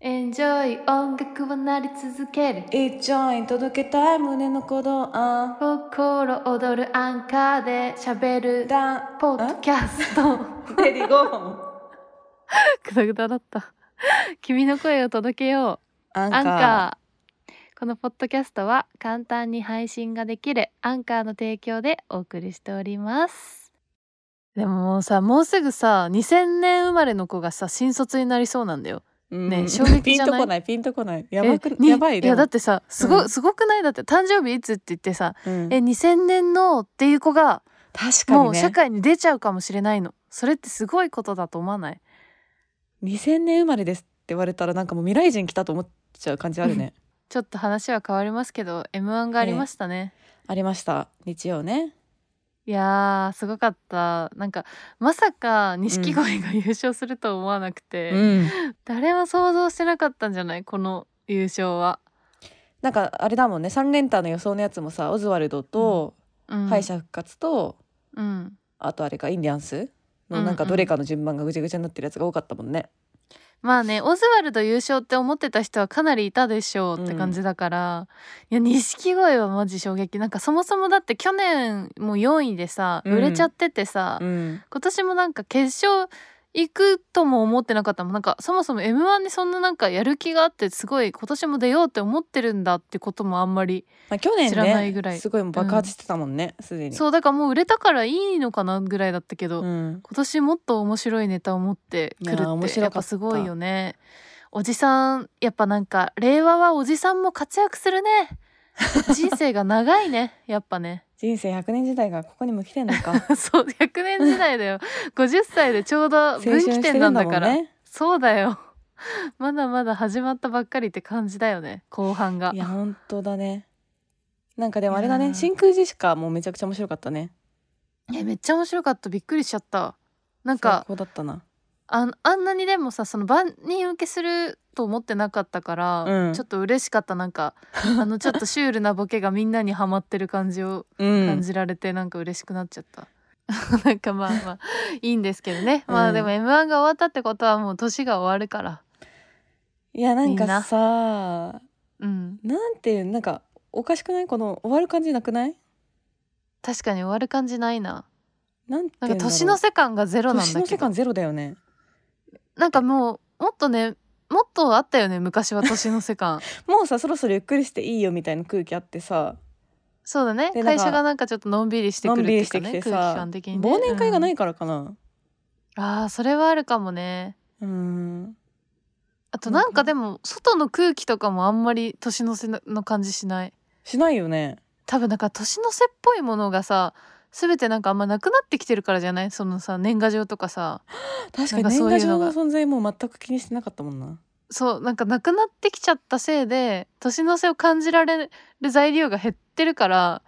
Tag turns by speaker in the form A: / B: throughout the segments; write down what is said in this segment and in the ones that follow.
A: エンジョイ音楽は鳴り続ける
B: 一丁に届けたい胸の鼓動あ
A: 心躍るアンカーで喋る
B: だん
A: ポッドキャスト
B: デリゴ
A: グダグダだった 君の声を届けよ
B: ア
A: うアンカーこのポッドキャストは簡単に配信ができるアンカーの提供でお送りしておりますでももうさもうすぐさ2000年生まれの子がさ新卒になりそうなんだよ
B: うん
A: ね衝撃
B: ピ
A: じゃ
B: ン
A: ない
B: とこないピンとこないやばく
A: えに
B: やばい、
A: いやだっててさすご,、
B: うん
A: すごくないだって誕生日いつって言ってさ
B: うん
A: え2000年のっていう子が
B: 確か
A: も
B: に
A: う
B: ね
A: 社会に出ちゃうかもしれないのそれってすごいことだと思わない
B: 2000年生まれですって言われたらなんかもう未来人来たと思っちゃう感じあるね
A: ちょっと話は変わりますけど m 1がありましたね、
B: ありました日曜ね
A: いやーすごかったなんかまさか錦鯉が優勝すると思わなくて、
B: うん
A: 誰も想像してなかったんじゃないこの優勝は、
B: なんかあれだもんね3連単の予想のやつもさオズワルドと
A: うん、
B: 敗者復活と、
A: うん
B: あとあれかインディアンス
A: うんう
B: の
A: ん
B: なんかどれかの順番がぐちゃぐちゃになってるやつが多かったもんね、
A: まあねオズワルド優勝って思ってた人はかなりいたでしょうって感じだから、いや錦鯉はマジ衝撃なんかそもそもだって去年も4位でさ
B: うん
A: 売れちゃっててさ、
B: うん、
A: 今年もなんか決勝行くとも思ってなかったもんなんかそもそも m 1にそんななんかやる気があってすごい今年も出ようって思ってるんだってこともあんまり、
B: まあ、去年
A: 知らないぐら
B: ね
A: い
B: すごいもう爆発してたもんねすで、に
A: そうだからもう売れたからいいのかなぐらいだったけど、
B: うん、
A: 今年もっと面白いネタを持ってくる
B: いやー
A: っ
B: 面
A: て
B: 白
A: や
B: か
A: っぱ
B: った
A: すごいよねおじさんやっぱなんか令和はおじさんも活躍する ね人生が長いねやっぱね
B: 人生100年時代がここにも来てんのか
A: そう100年時代だよ50歳でちょうど
B: 青 春
A: 分
B: し
A: 岐
B: て
A: 点
B: る
A: なんん
B: だ
A: だ
B: も
A: か
B: ん
A: ら
B: ね
A: そうだよまだまだ始まったばっかりって感じだよね後半が
B: いや本当だねなんかでもあれだ
A: いや
B: ね
A: ー
B: 真空ジェシカもうめちゃくちゃ面白かったね
A: いやめっちゃ面白かったびっくりしちゃったなん
B: 最
A: か
B: 高だったな
A: あんあんなにでもさその万人受けすると思ってなかったから、
B: うん
A: ちょっと嬉しかったなん かあのちょっとシュールなボケがみんなにはまってる感じを
B: う
A: 感
B: ん
A: じられて、なんか嬉しくなっちゃった。 なんかまあまあいいんですけどね、ま
B: う
A: あ
B: ん
A: でも m 1が終わったってことはもう年が終わるから
B: いやなん
A: みんな
B: かさ
A: うん
B: なんていうなんかおかしくないこの終わる感じなくない
A: 確かに終わる感じないな
B: なんてい
A: な
B: う
A: か
B: んんだろう
A: 年の瀬感がゼロなん
B: 年
A: だ
B: の
A: け
B: 世
A: ど
B: 間ゼロだよね
A: なんかもうもっとねもっとあったよね昔は年の瀬 感
B: もうさそろそろゆっくりしていいよみたいな空気あってさ
A: そうだね
B: でなん
A: 会
B: か
A: 社がなんかちょっとのんびりしてくるっ
B: のん
A: て
B: び
A: い
B: り
A: う
B: して
A: かね
B: きて
A: 空気
B: さ、
A: 感的にね
B: 忘年会が
A: うん
B: ないからかな
A: あーそれはあるかもね
B: うん
A: あと
B: なん
A: な
B: か
A: んかでも外の空気とかもあんまり年の瀬の感じしない
B: しないよね
A: 多分なんか年の瀬っぽいものがさ全てなんかあんまなくなってきてるからじゃないそのさ年賀状とかさ
B: 確かに
A: なんか
B: 年
A: そうい
B: 賀
A: うの
B: 状
A: が
B: の存在もう全く気にしてなかったもんな
A: そうなんかなくなってきちゃったせいで年の瀬を感じられる材料が減ってるから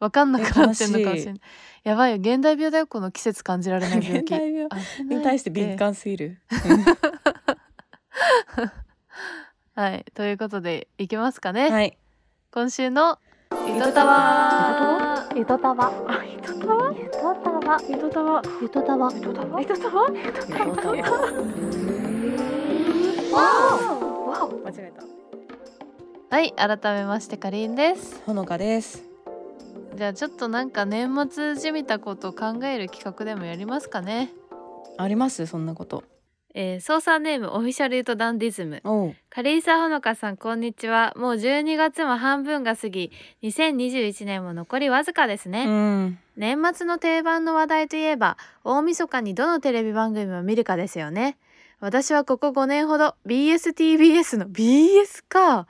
A: 分かんなくなってんのかもしれな
B: え悲
A: いやばいよ現代病だよこの季節感じられない病
B: 現
A: 気
B: 代病
A: 危ないって
B: に対して敏感すぎる
A: はいということでいきますかね、
B: はい
A: 今週の
B: ゆとたわ
A: ゆとたわゆとたわゆとたわゆとたわゆとたわゆとたわゆとたわゆとたわ
B: 間違えた
A: はい改めましてかりんです
B: ほのかです
A: じゃあちょっとなんか年末じみたことを考える企画でもやりますかね
B: ありますそんなこと
A: えー、操作ネームオフィシャルユートダンディズム
B: おう
A: カリーサほのかさんこんにちはもう12月も半分が過ぎ2021年も残りわずかですね、
B: うん
A: 年末の定番の話題といえば大晦日にどのテレビ番組を見るかですよね私はここ5年ほど BSTBS の BS か、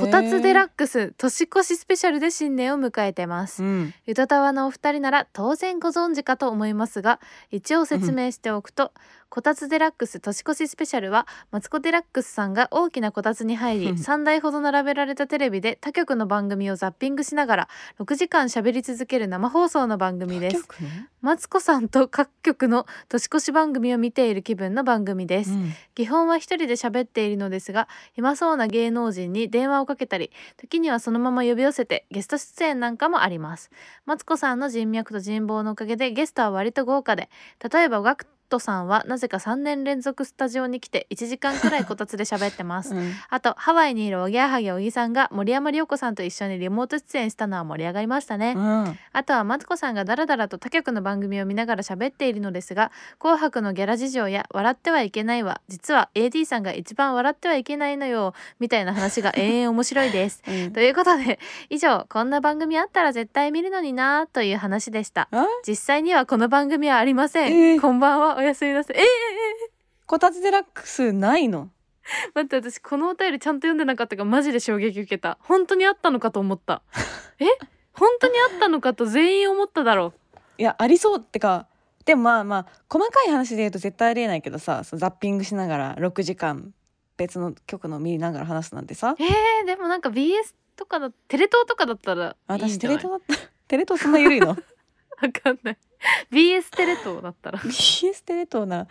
A: こたつデラックス年越しスペシャルで新年を迎えてます、
B: うん
A: ゆとたわのお二人なら当然ご存知かと思いますが一応説明しておくと、こたつデラックス年越しスペシャルはマツコ・デラックスさんが大きなこたつに入り
B: うん
A: 3台ほど並べられたテレビで他局の番組をザッピングしながら6時間喋り続ける生放送の番組です
B: 他局ね
A: マツコさんと各局の年越し番組を見ている気分の番組です、
B: うん
A: 基本は一人で喋っているのですが暇そうな芸能人に電話をかけたり時にはそのまま呼び寄せてゲスト出演なんかもありますマツコさんの人脈と人望のおかげでゲストは割と豪華で例えばガクトトさんはなぜか3年連続スタジオに来て1時間くらいこたつで喋ってます
B: うん
A: あとハワイにいるおぎやはぎおぎさんが森山良子さんと一緒にリモート出演したのは盛り上がりましたね、
B: うん
A: あとはマツコさんがダラダラと他局の番組を見ながら喋っているのですが「紅白」のギャラ事情や「笑ってはいけないわ」実は AD さんが一番笑ってはいけないのよみたいな話が永遠面白い です。
B: うん
A: ということで以上こんな番組あったら絶対見るのになという話でした
B: あ
A: 実際にはこの番組はありません、
B: えー
A: こんばんはおやすみなさいえ
B: こたつデラックスないの
A: ー、待って私このお便りちゃんと読んでなかったからマジで衝撃受けた本当にあったのかと思ったえ本当にあったのかと全員思っただろう
B: いやありそうってかでもまあまあ細かい話で言うと絶対ありえないけどさそのザッピングしながら6時間別の曲の見ながら話すなんてさ
A: えー、でもなんか BS とかだテレ東とかだったらいいん
B: 私
A: じ
B: テ
A: ゃない
B: レ東だった テレ東そんな緩いの
A: わかんない BS テレ東だったら
B: BS テレ東な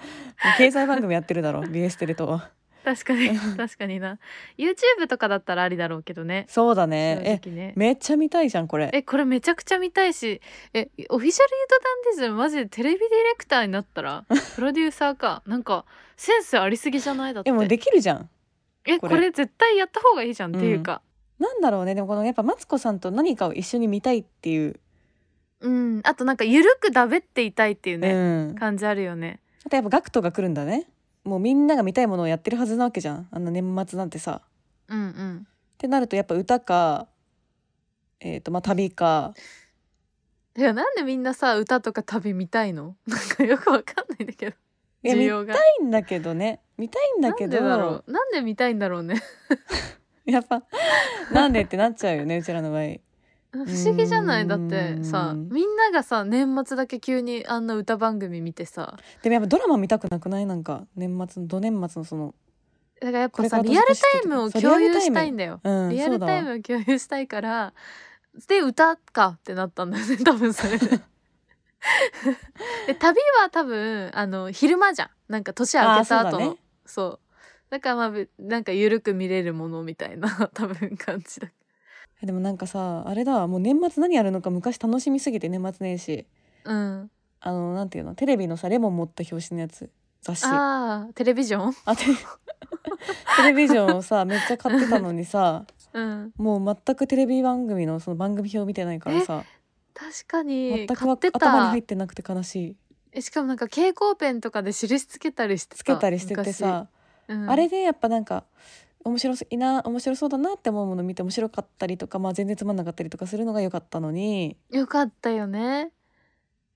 B: 経済番組やってるだろ BS テレ東は
A: 確かに確かにな YouTube とかだったらありだろうけどね
B: そうだ
A: 正
B: ね
A: 直ね
B: えめっちゃ見たいじゃんこれ
A: えこれめちゃくちゃ見たいしえオフィシャルユートダンディズムマジでテレビディレクターになった らプロデューサーかなんかセンスありすぎじゃないだって
B: でもできるじゃん
A: えこ
B: こ
A: れ
B: れ
A: 絶対やった方がいいじゃんっていうか
B: なんだろうねでもこのやっぱマツコさんと何かを一緒に見たいっていう、
A: うん、あとなんかゆるくだべっていたいっていう
B: う
A: ね、
B: ん
A: 感じあるよね
B: あとやっぱガクトが来るんだねもうみんなが見たいものをやってるはずなわけじゃんあんな年末なんてさ
A: うんうん
B: ってなるとやっぱ歌かえっ、とまあ旅か
A: いやなんでみんなさ歌とか旅見たいの なんかよくわかんないんだけど
B: いや
A: 需要が
B: 見たいんだけどね見たいんだけど
A: なんでだろうなんで見たいんだろう ね
B: やっぱなんでってなっちゃうよねうちらの場合
A: 不思議じゃないだってさ
B: うん
A: みんながさ年末だけ急にあんな歌番組見てさ
B: でもやっぱドラマ見たくなくないなんか年末のど年末のその
A: だからやっ
B: こ
A: ぱ
B: れか
A: さ
B: ら
A: リアルタイムを
B: 年越し
A: 共有
B: そう
A: したいんだよ
B: うん
A: リアルタイ
B: そうだわ
A: ムを共有したいからで歌かってなったんだよね多分 それでで旅は多分あの昼間じゃんなんか年明けた
B: あーそ
A: 後の
B: うだ
A: そう,、
B: ね
A: だからまあべなんか緩く見れるものみたいな 多分感じだ
B: えでもなんかさあれだわもう年末何やるのか昔楽しみすぎて年末年始
A: うん
B: あのなんていうのテレビのさレモン持った表紙のやつ雑誌
A: ああテレビジョン
B: あテレ テレビジョンをさめっちゃ買ってたのにさ
A: うん
B: もう全くテレビ番組のその番組表見てないからさ
A: 確かに
B: 全く
A: 買っ
B: わ
A: て
B: 頭に
A: た
B: 入ってなくて悲しい
A: えしかもなんか蛍光ペンとかで印つけたりしてた
B: つけたりしててさ、
A: 昔うん
B: あれでやっぱなんか面白そういな面白そうだなって思うもの見て面白かったりとか、まあ、全然つまんなかったりとかするのが良かったのに
A: よかったよね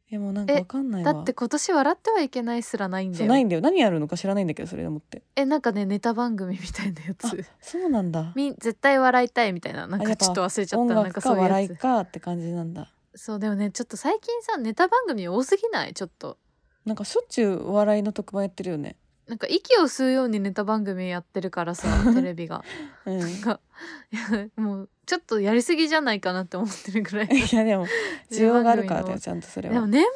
B: えもうなんか
A: え
B: わかんない
A: だ
B: わ
A: って今年笑ってはいけないすらないんだ
B: そう
A: よ
B: ないんだよ何やるのか知らないんだけどそれでもって
A: えなんかねネタ番組みたいなやつ
B: そうなんだ
A: み絶対笑いたいみたいななん
B: あ
A: か
B: やっぱ
A: ちょっと忘れちゃっ
B: 音
A: たなん
B: 楽
A: か
B: か
A: そういう
B: 笑
A: や
B: い
A: つ
B: かって感じなんだ
A: そうでもねちょっと最近さネタ番組多すぎないちょっと
B: なんかしょっちゅうお笑いの特番やってるよね
A: なんか息を吸うようにネタ番組やってるから さテレビが
B: うん
A: なんかいやもうちょっとやりすぎじゃないかなって思ってるぐらい
B: いやでも 需要があるからだ
A: 自由番組
B: よ
A: の
B: ちゃんとそれ
A: でも
B: は
A: 年末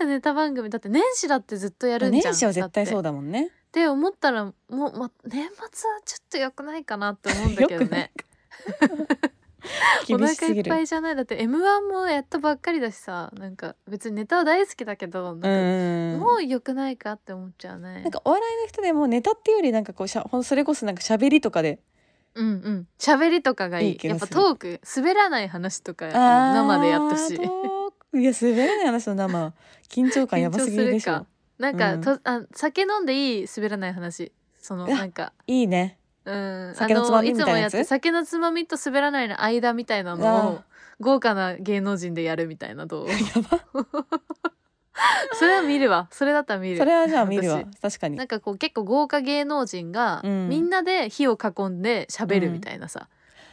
A: までネタ番組だって年始だってずっとやるんじゃん
B: 年始は絶対そう
A: だって
B: だもんね
A: って思ったらもう、ま、年末はちょっと良くないかなって思うんだ
B: よ
A: け
B: く
A: ど
B: な
A: ね
B: い
A: お
B: 厳しすぎる
A: 腹いっぱいじゃないだって m 1もやったばっかりだしさなんか別にネタは大好きだけど
B: うん
A: なんか、
B: うんうん
A: もう良くないかって思っちゃうね
B: なんかお笑いの人でもネタっていうよりなんかこうしゃほんそれこそなんか喋りとかで
A: うんうん喋りとかがいい
B: いい気
A: やっぱ
B: がする
A: トーク滑らない話とか
B: あー
A: 生でやってほしい
B: トークいや滑らない話の生は 緊張感やばすぎるでし
A: 緊張
B: ょ
A: すなんか、
B: うん
A: とあ酒飲んでいい滑らない話その
B: いや
A: なんか
B: いいね
A: うん
B: 酒のつまみみたいなやつ
A: あのつもって酒のつまみと滑らないの間みたいなのを
B: あ
A: 豪華な芸能人でやるみたいなどう
B: やば
A: それは見るわそれだったら見る
B: それはじゃあ見るわ
A: 私
B: 確かに
A: なんかこう結構豪華芸能人が
B: うん
A: みんなで火を囲んで喋るみたいなさ、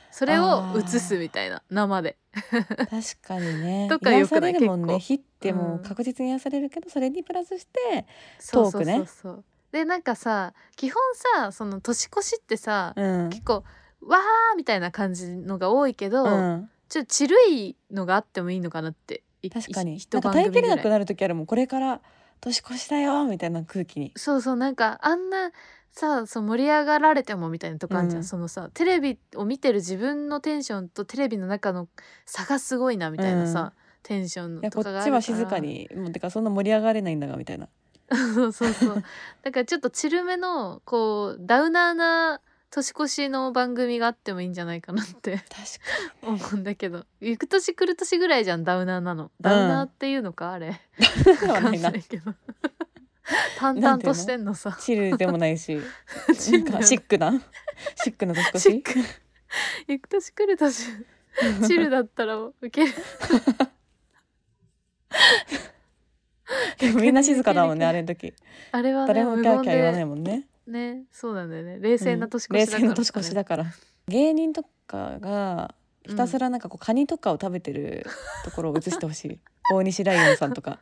A: それを映すみたいな生で
B: 確かにね
A: とかよくない
B: 癒されるもんね
A: 結
B: 火っても
A: うん
B: う確実に癒されるけどそれにプラスして
A: そう
B: トークね
A: そうそうそうでなんかさ基本さその年越しってさ、
B: うん
A: 結構わーみたいな感じのが多いけど、
B: うん
A: ちょっとちるいのがあってもいいのかなってい
B: 確か
A: い
B: にな
A: 一
B: んか
A: 番
B: 耐え
A: 組ぐ
B: きれ
A: らい
B: なくなる時あるもんこれから年越しだよみたいな空気に
A: そうそうなんかあんなさそう盛り上がられてもみたいなとこあんじゃん、
B: うん
A: そのさテレビを見てる自分のテンションとテレビの中の差がすごいなみたいなさ、テンション
B: いや
A: と
B: こっ
A: かがある
B: ちは静かにもうてかそんな盛り上がれないんだがみたいな
A: そうそうそうだからちょっとチルめのこうダウナーな年越しの番組があってもいいんじゃないかなって 思うんだけど行く年来る年ぐらいじゃんダウナーなのダウナーっていうのか、あれ
B: 確か
A: わ
B: に
A: かん
B: な
A: ないい
B: な
A: けど淡々としてんのさ
B: チルでもないし
A: チル
B: なんかシックなシックな年越
A: シ
B: し
A: ック行く年来る年チルだったらウケる
B: で もみんな静か だもんねあれの時
A: あれはね
B: 誰もキャーキャー言わない
A: 無
B: もんね
A: 言でねそうなんだよね冷静な年越しだから、
B: 冷静な年越しだから芸人とかがひたすらなんかこうカニとかを食べてるところを映してほ しい大西ライオンさんとか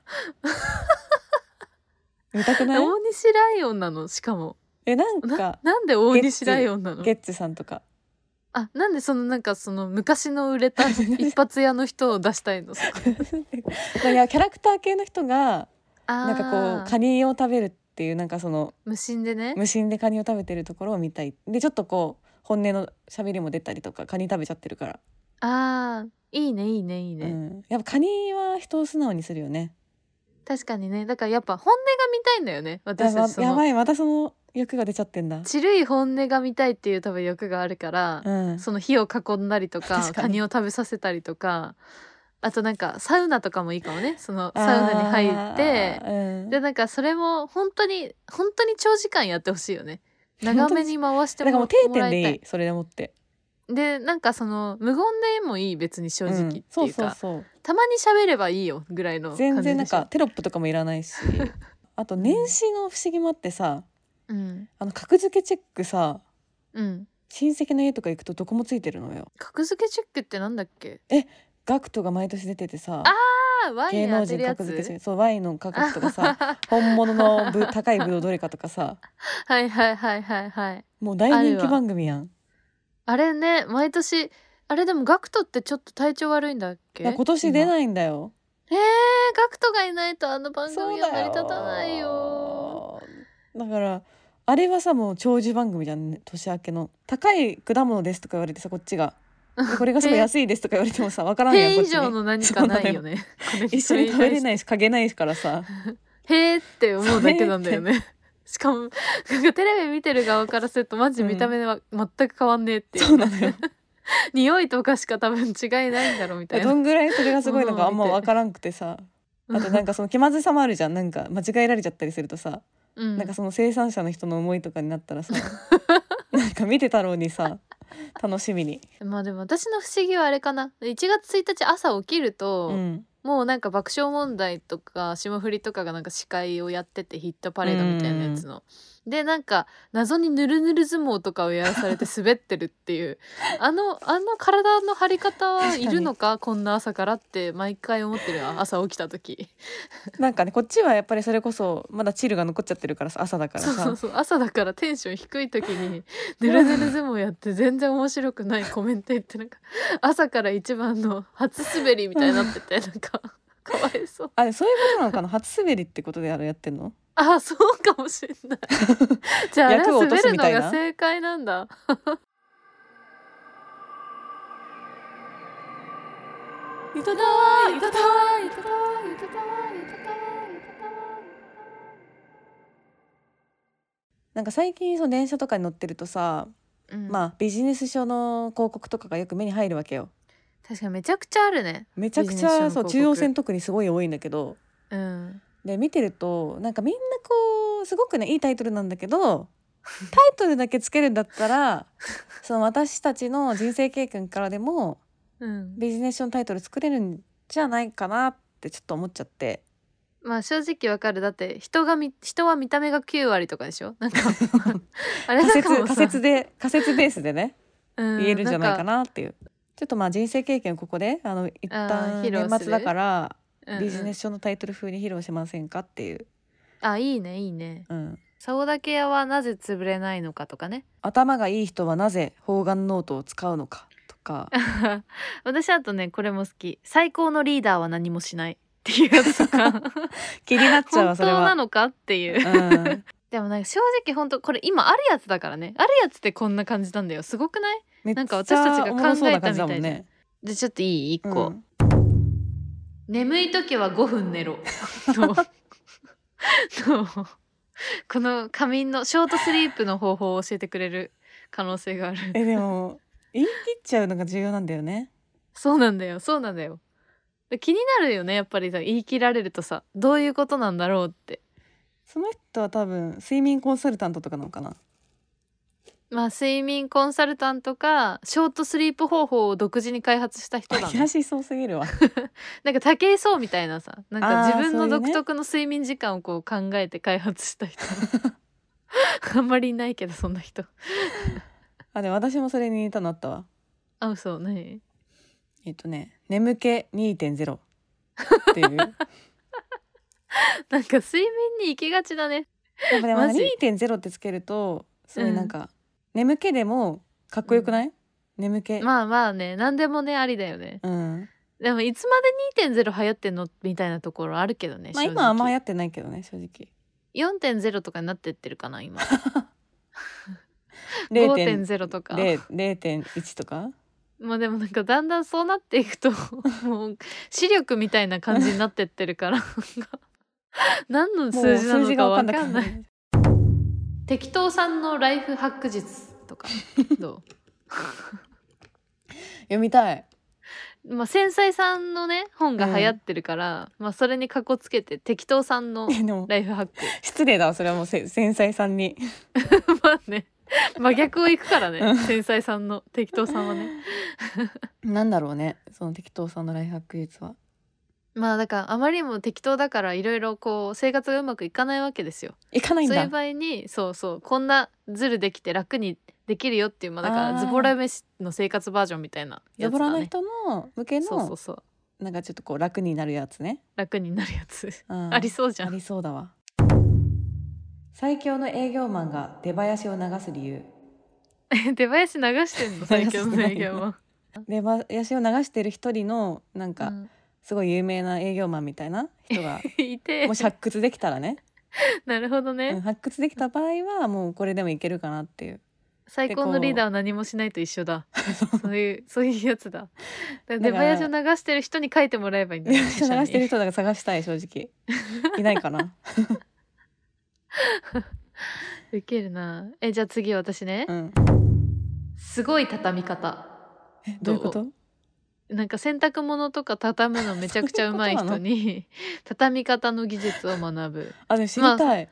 B: 見たくない
A: 大西ライオンなのしかも
B: えなん
A: な
B: か
A: なんで大西ライオンなの
B: ゲッツさんとか
A: あなんでそのなんかその昔の売れ た一発屋の人を出したいのそ こ
B: いやキャラクター系の人が
A: あ
B: なんかこうカ
A: ニ
B: ニを食べるっていうなんかその
A: 無心でね
B: 無心でカニを食べてるところを見たいでちょっとこう本音の喋りも出たりとかカニ食べちゃってるから、
A: あーいいねいいねいいね、
B: うん、やっぱカニは人を素直にするよね
A: 確かにねだからやっぱ本音が見たいんだよね
B: や
A: 私
B: ば
A: たちそ
B: やば
A: の
B: いまたその欲が出ちゃってんだ、
A: ちるい本音が見たいっていう多分欲があるから、
B: うん、
A: その火を囲んだりとか
B: 確かに
A: カニを食べさせたりとかあとなんかサウナとかもいいかもねそのサウナに入って
B: あーうん
A: でなんかそれも本当に本当に長時間やってほしいよね長めに回して
B: な
A: も
B: んかもう定
A: もら
B: 点
A: い
B: で
A: た
B: いいそれでもって
A: でなんかその無言でもいい別に正直っていうか、
B: うん、そうそうそう
A: たまに喋ればいいよぐらいの感じでしょ
B: 全然なんか、テロップとかもいらない しあと年始の不思議もあってさ
A: うん
B: あの格付けチェックさ
A: うん、
B: 親戚の家とか行くとどこもついてるのよ
A: 格付けチェックってなんだっけ
B: ガクトが毎年出ててさ
A: あーワイ
B: 芸
A: ン
B: 能
A: 当て
B: 人
A: るや
B: 格付けチェ
A: つ
B: ックそうワインの価格とか さ
A: は
B: 本物のぶ高いブドウどれかとかさ
A: いはいはいはいはい
B: もう大人気番組やん
A: あれね毎年あれでもガクトってちょっと体調悪いんだっけ
B: いや今年出
A: い
B: ないんだよ
A: えー、ガクトがいないとあの番組は成り立たないよ
B: だからあれはさもう長寿番組じゃんね年明けの高い果物ですとか言われてさこっ ちがでこれがすごい安いですとか言われてもさわからんやん
A: へ
B: こっ
A: ー以
B: ち
A: 上の何かないよねこれ
B: 一緒に食べれないしかけないからさ
A: へーって思うだけなんだよね。しかもなんかテレビ見てる側からするとマジ見た目は全く変わんねえっていう、
B: そうな のよ
A: 匂いとかしか多分違いないんだろうみたい
B: ど
A: なん
B: ぐらいそれがすごいのかあんまわからんくてさあとなんかその気まずさもあるじゃんなんか間違えられちゃったりするとさ、
A: うん
B: なんかその生産者の人の思いとかになっ たらさなんか見てたろうにさ楽しみに、
A: まあでも私の不思議はあれかな1月1日朝起きると、
B: うん、
A: もうなんか爆笑問題とか霜降りとかがなんか司会をやっててヒットパレードみたいなやつの。でなんか謎にぬるぬる相撲とかをやらされて滑ってるって いうあのあの体の張り方はいるのかこんな朝からって毎回思ってるわ朝起きた時
B: なんかねこっちはやっぱりそれこそまだチルが残っちゃってるからさ朝だから
A: そ
B: さ
A: うそうそう朝だからテンション低い時 にぬるぬる相撲やって全然面白くないコメント言ってなんか朝から一番の初滑りみたいになっててなん かかわいそう。
B: あそういうことなのかな初滑りってことであれやってんの
A: あ、そうかもしれ ない。じゃあ、あれは
B: 役を落と
A: 滑
B: す
A: る
B: み
A: の
B: たいな
A: が正解なん だ。いただいただいただいただいただ
B: なんか最近その電車とかに乗ってるとさ、
A: うん、
B: ま
A: まあ
B: あビジネス書の広告とかがよく目に入るわけよ
A: 確かにめちゃくちゃあるね。
B: めちゃく
A: ビ
B: ち
A: ジネス書の
B: ゃ
A: 広
B: そう
A: 告
B: 中央線特にすごい多いんだけど
A: うん。
B: で見てるとなんかみんなこうすごくねいいタイトルなんだけどタイトルだけつけるんだった らその私たちの人生経験からでも
A: うん、
B: ビジネス書のタイトル作れるんじゃないかなってちょっと思っちゃって
A: まあ正直わかるだって人がみ人は見た目が9割とかでしょなん かあれ
B: 仮
A: な
B: 説
A: んかも
B: 仮
A: さ
B: 説で仮説ベースでね
A: うん
B: 言えるんじゃないか
A: な
B: なっていう、ちょっとまあ人生経験をここであの一
A: あー
B: 旦
A: 披露する
B: 年末だから
A: んか
B: ビジネ
A: ス、
B: ス書のタイトル風に披露しませんかっていう、
A: うんあいいねいいね
B: うん、
A: 竿だけ屋はなぜ潰れないのかとかね
B: 頭がいい人はなぜ方眼ノートを使うのかと か
A: 私あとねこれも好き最高のリーダーは何もしないっていうやつ とか
B: 気になっちゃうわ
A: 本
B: それ
A: 当な
B: は。
A: のかっていう
B: うん、
A: でもなんか正直本当これ今あるやつだからねあるやつってこんな感じなんだよすごくない
B: めっちゃ
A: なんか私たちが考えたみたいじゃん
B: おもろそうな感じだもんね。
A: でちょっといい一
B: うん
A: 個、眠い時は5分寝ろとのこの仮眠のショートスリープの方法を教えてくれる可能性がある
B: えでも言い切っちゃうのが重要なんだよね
A: そうなんだよそうなんだよで気になるよねやっぱりさ言い切られるとさどういうことなんだろうって
B: その人は多分睡眠コンサルタントとかなのかな
A: まあ睡眠コンサルタントかショートスリープ方法を独自に開発した人だね
B: 悔しそうすぎるわ
A: なんか武井壮みたいなさなんか
B: あ
A: 自
B: ー
A: 分の
B: そういうね
A: 独特の睡眠時間をこう考えて開発した人 あんまりいないけどそんな人
B: あでも私もそれに似たのあったわ
A: あ嘘何
B: えっとね「眠気2.0」っ ていうやっ
A: なんか睡眠に行きがちだね
B: ぱでも
A: マジ
B: 2.0ってつけるとすごいなんか、眠気でもかっこよくない、眠気、
A: まあまあね何でもねありだよね
B: うん
A: でもいつまで2.0流行ってんのみたいなところあるけどね
B: まあ今はあんま流
A: や
B: 行ってないけどね正直
A: 4.0とかになってってるかな 今
B: 0.0
A: 5.0とか
B: 0.1とか
A: まあでもなんかだんだんそうなっていく ともう視力みたいな感じになってってるから何の
B: も
A: 数
B: う
A: 字な
B: 数字
A: の
B: が
A: か
B: 分
A: 分
B: か
A: か
B: ん
A: ん
B: な
A: ないい適当さんのライフハック術とかど
B: 読みたい う
A: まあ繊細さんのね本が流行ってるから、まあそれにかこつけて適当さんの
B: えでも
A: ライフハック
B: 失礼だわそれはもうせ繊細さんに
A: まあね真逆をいくから
B: う
A: ね
B: ん
A: 繊細さんの適当さんはね
B: なんだろうねその適当さんのライフハック術は
A: まあだからあまりにも適当だからいろいろこう生活がうまくいかないわけですよ。
B: いかないん
A: そうい
B: だ
A: う場合にそうそうこんなズルできて楽にできるよっていうまあだか
B: あ
A: ら
B: ー
A: ズボラ飯の生活バージョンみたいなや
B: ズ
A: つ
B: ボラ
A: だ
B: な
A: ね。
B: 人の向けの
A: そうそうそう
B: なんかちょっとこう楽になるやつね、
A: 楽になるやつ
B: うん
A: ありそうじゃ
B: あ
A: ん。
B: りそうだわ最強の営業マンが出囃子を流す理由
A: 出囃子流してんの最強の営業は。
B: 出囃子を流してる一人のなん
A: う
B: か
A: ん
B: すごい有名な営業マンみたいな 人が
A: いて
B: もし発掘できたらね、
A: なるほどね、
B: うん、発掘できた場合はもうこれでもいけるかなっていう
A: 最高のリーダーは何もしないと一緒だそういう そういうやつだだから出囃子を流してる人に書いてもらえばいいんだ
B: 出
A: よね
B: 囃子を流してる人だから探したい正 直いないかな
A: ウケるなえじゃあ次私ね、
B: うん
A: すごい畳み方
B: えどういうこと
A: なんか洗濯物とか畳むのめちゃくちゃうまい
B: そういうこ
A: 人
B: と
A: に 畳み方の技術を学ぶ
B: あでも知りたい、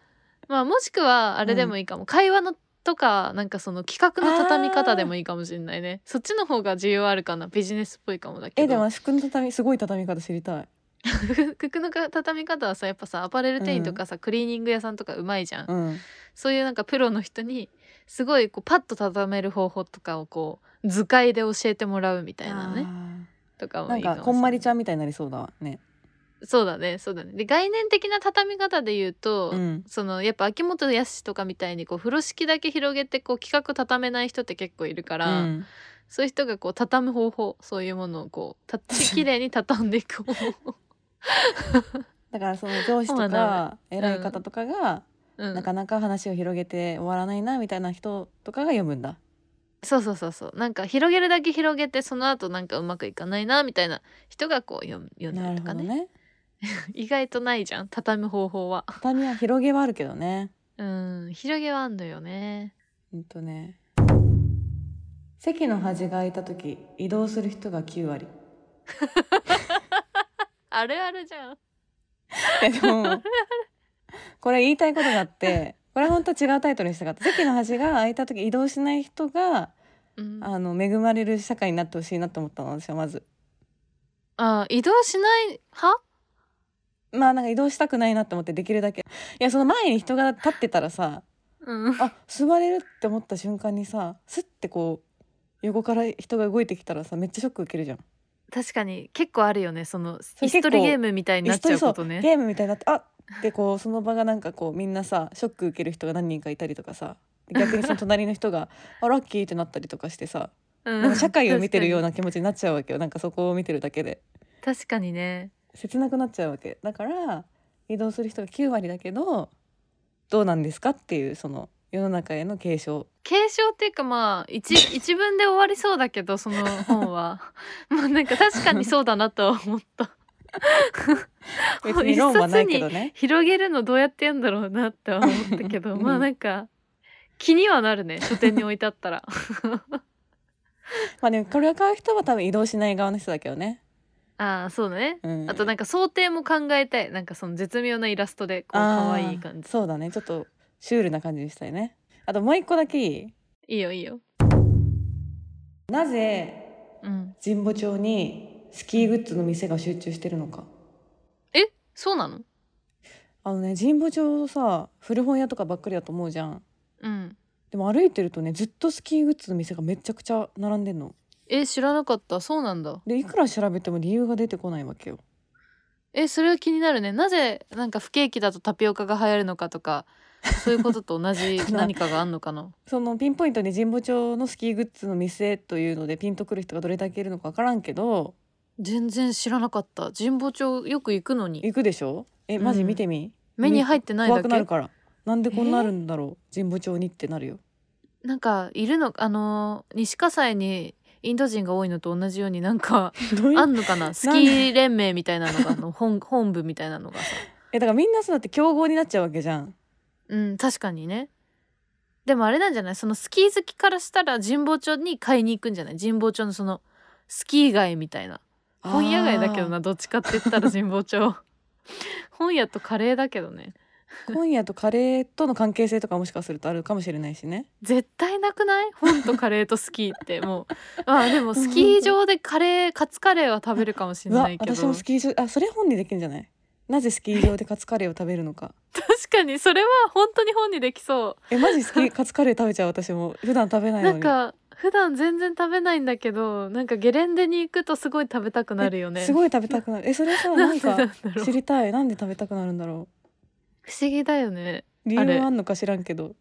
A: まあもしくはあれでもいいかも、会話のとかなんかその企画の畳み方でもいいかもしれないねそっちの方が需要あるかなビジネスっぽいかもだけ
B: えで
A: ど
B: も服の畳みすごい畳み方知りたい
A: 服の畳み方はさやっぱさアパレル店員とかさ、クリーニング屋さんとかうまいじゃん、
B: うん
A: そういうなんかプロの人にすごいこうパッと畳める方法とかをこう図解で教えてもらうみたいなね
B: あ
A: とか
B: ー
A: も
B: ないん
A: いかもしれな
B: か
A: い
B: こんまりちゃんみたいになりそうだわね
A: そうだねそうだねで概念的な畳み方で言うと、
B: うん
A: そのやっぱ秋元康とかみたいにこう風呂敷だけ広げてこう企画畳めない人って結構いるか
B: う
A: ら、
B: ん
A: そういう人がこう畳む方法そういうものをこうた綺麗に畳んでいく方法、
B: だからその上司と
A: そうな
B: か偉い方とかが
A: うん
B: なかなか話を広げて終わらないなみたいな人とかが読むんだ
A: そうそうそうそうなんか広げるだけ広げてその後なんかうまくいかないなみたいな人がこう読む読んだ
B: な
A: り
B: る
A: と
B: ほ
A: か
B: ど
A: ね
B: ね
A: 意外とないじゃん畳む方法は
B: 畳は広げはあるけどね
A: うん広げはあんのよね
B: うんとね席の端が空いた時移動する人が9割
A: あるあるじゃん
B: えでもこれ言いたいことがあってこれ本当違うタイトルにしたかった席の端が空いた時移動しない人が
A: うん
B: あの恵まれる社会になってほしいなと思ったの私はまず
A: あ移動しない派
B: まあなんか移動したくないなと思ってできるだけいやその前に人が立ってたらさ
A: うん
B: あ座れるって思った瞬間にさスッてこう横から人が動いてきたらさめっちゃショック受けるじゃん
A: 確かに結構あるよねその
B: そ
A: 椅
B: れ
A: 子
B: 結構
A: 取りゲームみたいになっちゃうこと
B: 一人そう
A: ね
B: ゲームみたいになってあってこうその場がなんかこうみんなさショック受ける人が何人かいたりとかさ逆にその隣の人が あラッキーってなったりとかしてさ
A: うん
B: なんか社会を見てるような気持ちになっちゃうわけよなんかそこを見てるだけで
A: 確かにね
B: 切なくなっちゃうわけだから移動する人が9割だけどどうなんですかっていうその世の中への警鐘
A: 継承っていうかまあ一一文 で終わりそうだけどその本はまあなんか確かにそうだなとは思った
B: 別に論はないけどね
A: 広げるのどうやってやんだろうなって思ったけど、
B: うん
A: まあなんか気にはなるね書店に置いてあった ら
B: まあでもこれを買う人は多分移動しない側の人だけどね、
A: ああそうだね、
B: うん、
A: あとなんか想定も考えたいなんかその絶妙なイラストでこう
B: あー
A: 可愛い感じ
B: そうだねちょっとシュールな感じにしたいねあともう一個だけいい
A: いいよいいよ
B: なぜ
A: うん
B: 神保町にスキーグッズの店が集中してるのか
A: えそうなの
B: あのね神保町さ古本屋とかばっかりだと思うじゃん
A: うん
B: でも歩いてるとねずっとスキーグッズの店がめちゃくちゃ並んでんの
A: え知らなかったそうなんだ
B: でいくら調べても理由が出てこないわけよ
A: えそれは気になるねなぜなんか不景気だとタピオカが流行るのかとかそういうことと同じ何 かがあんのかな
B: そのピンポイントに神保町のスキーグッズの店というのでピンとくる人がどれだけいるのか分からんけど
A: 全然知らなかった神保町よく行くのに
B: 行くでしょえマジ
A: うん
B: 見てみ、
A: 目に入ってないだ
B: 怖くな
A: け
B: るからなんでこんなあるんだろう神保町にってなるよ
A: なんかいるのあのー西葛西にインド人が多いのと同じようになんか
B: どういう
A: あんのかなスキー連盟みたいなのがあの 本本部みたいなのがさ
B: えだからみんなそうだって競合になっちゃうわけじゃん
A: うん確かにねでもあれなんじゃないそのスキー好きからしたら神保町に買いに行くんじゃない神保町のそのスキー街みたいな本屋街だけど
B: あ
A: などっちかって言ったら神保 町本屋とカレーだけどね
B: ー本屋とカレーとの関係性とかもしかするとあるかもしれないしね
A: 絶対なくない本とカレーとスキー ってもうまあでもスキー場でカレーカツカレーは食べるかもし
B: う
A: れ
B: わ
A: ないけど
B: 私もスキー場あそれ本にできるんじゃないなぜスキー場でカツカレーを食べるのか
A: 確かにそれは本当に本にできそ
B: えマジ スキーカツカレー食べちゃう私も普段食べな
A: う
B: いの
A: な
B: に
A: んか普段全然食べないんだけどなんかゲレンデに行くとすごい食べたくなるよね
B: すごい食べたくなるえそれさ
A: な
B: なんん
A: でなんだ
B: か
A: ろう
B: 知りたいなんで食べたくなるんだろ
A: 不思議だよね
B: う理
A: あ
B: 由
A: れ
B: はあんのか知らんけど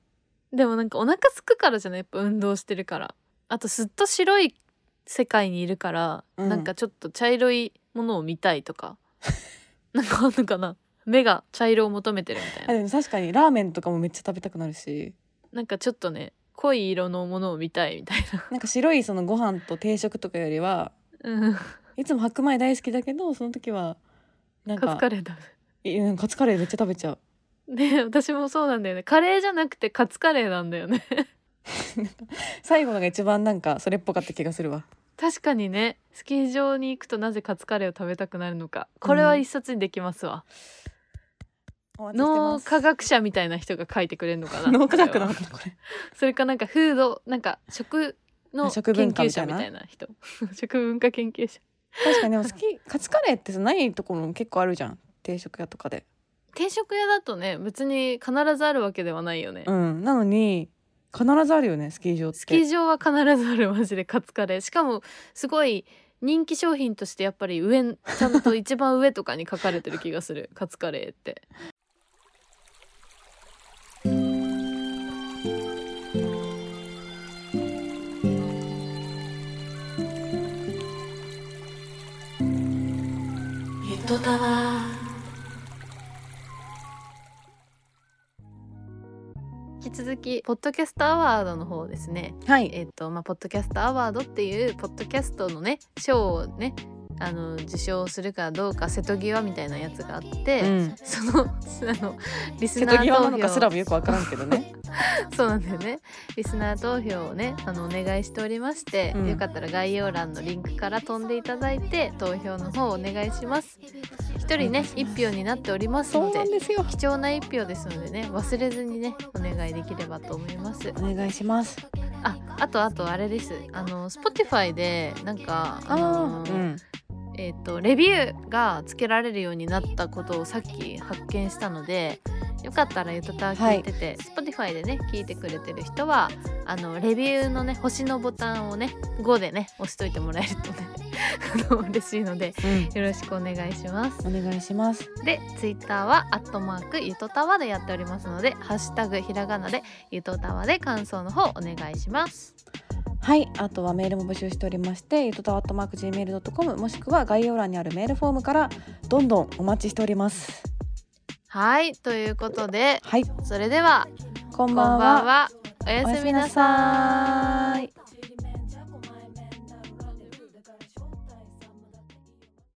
A: でもなんかお腹空くからじゃないやっぱ運動してるからあとずっと白い世界にいるから、
B: うん
A: なんかちょっと茶色いものを見たいとか なんかあるのかな目が茶色を求めてるみたい
B: あ
A: な
B: でも確かにラーメンとかもめっちゃ食べたくなるし
A: なんかちょっとね濃い色のものを見たいみた いな
B: なんか白いそのご飯と定食とかよりは
A: うん
B: いつも白米大好きだけどその時はなんか
A: カツカレーだ
B: いうんカツカレーめっちゃ食べちゃう
A: ね私もそうなんだよねカレーじゃなくてカツカレーなんだよね
B: 最後のが一番なんかそれっぽかった気がするわ
A: 確かにねスキー場に行くとなぜカツカレーを食べたくなるのかこれは一冊にできますわ、脳科学者みたいな人が書いてくれるのかな
B: 脳科学
A: これ
B: な
A: は
B: のかな これ
A: それかなんかフードなんか食の
B: あ
A: 研
B: 食文化
A: 究
B: みた
A: 者
B: い
A: みた
B: な
A: いな人 食文化研究者
B: 確かにでも好きカツカレーってさないところも結構あるじゃん定食屋とかで
A: 定食屋だとね別に必ずあるわけではないよね、
B: うんなのに必ずあるよねスキー場って
A: スキー場は必ずあるマジでカツカレーしかもすごい人気商品としてやっぱり上んちゃんと一番上とかに書かれてる気がする カツカレーって
C: ゆとたわ
A: 引き続きポッドキャストアワードの方ですね
B: はい
A: えっ、とまあポッドキャストアワードっていうポッドキャストのね賞をねあの受賞するかどうか瀬戸際みたいなやつがあって、
B: うん
A: そのあのリス
B: 瀬
A: ナ
B: 戸
A: ー
B: 際なの
A: 投票
B: かすらもよくわからんけ どね
A: そうなんだよねリスナー投票をねあのお願いしておりまして、
B: うん
A: よかったら概要欄のリンクから飛んでいただいて投票の方をお願いします一人ね一票になっております
B: そ
A: の
B: う
A: で
B: なんですよ
A: 貴重な一票ですのでね忘れずにねお願いできればと思います
B: お願いします
A: ああとあとあれですあの Spotify でなんかあの
B: ーうん
A: えー、とレビューがつけられるようになったことをさっき発見したのでよかったら「ゆとたわ」聞いてて、Spotify でね聞いてくれてる人はあのレビューのね星のボタンをね5でね押しといてもらえるとね あの嬉しいのでよろしくお願いします。
B: うんお願いします
A: で Twitter は「アットマークゆとたわ」でやっておりますので「ハッシュタグひらがな」で「ゆとたわ」で感想の方お願いします。
B: はいあとはメールも募集しておりましてゆとたわっとマーク Gmail.com もしくは概要欄にあるメールフォームからどんどんお待ちしております
A: はいということで
B: はい
A: それでは
B: こ
A: こ
B: ん
A: ん
B: ば
A: ば
B: ん
A: ん
B: は
A: はおやすみなさい。